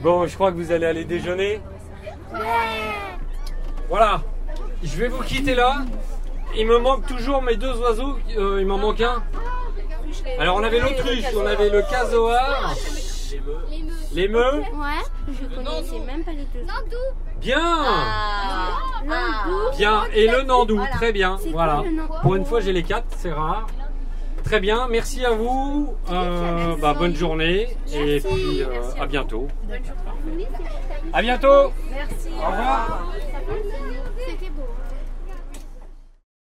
Bon, je crois que vous allez aller déjeuner. Voilà, je vais vous quitter là. Il me manque toujours mes deux oiseaux. Euh, il m'en manque un. Alors on avait l'autruche, on avait le casoar, l'émeu. Ouais, je connaissais même pas les deux. Bien, Ah. Nandou. bien. Et le nandou, très bien. C'est quoi Voilà. le nandou Pour une fois, j'ai les quatre, c'est rare. Très bien, merci à vous. Euh, bah, bonne journée et puis euh, à bientôt. À bientôt. Merci. Au revoir. C'était beau. hein.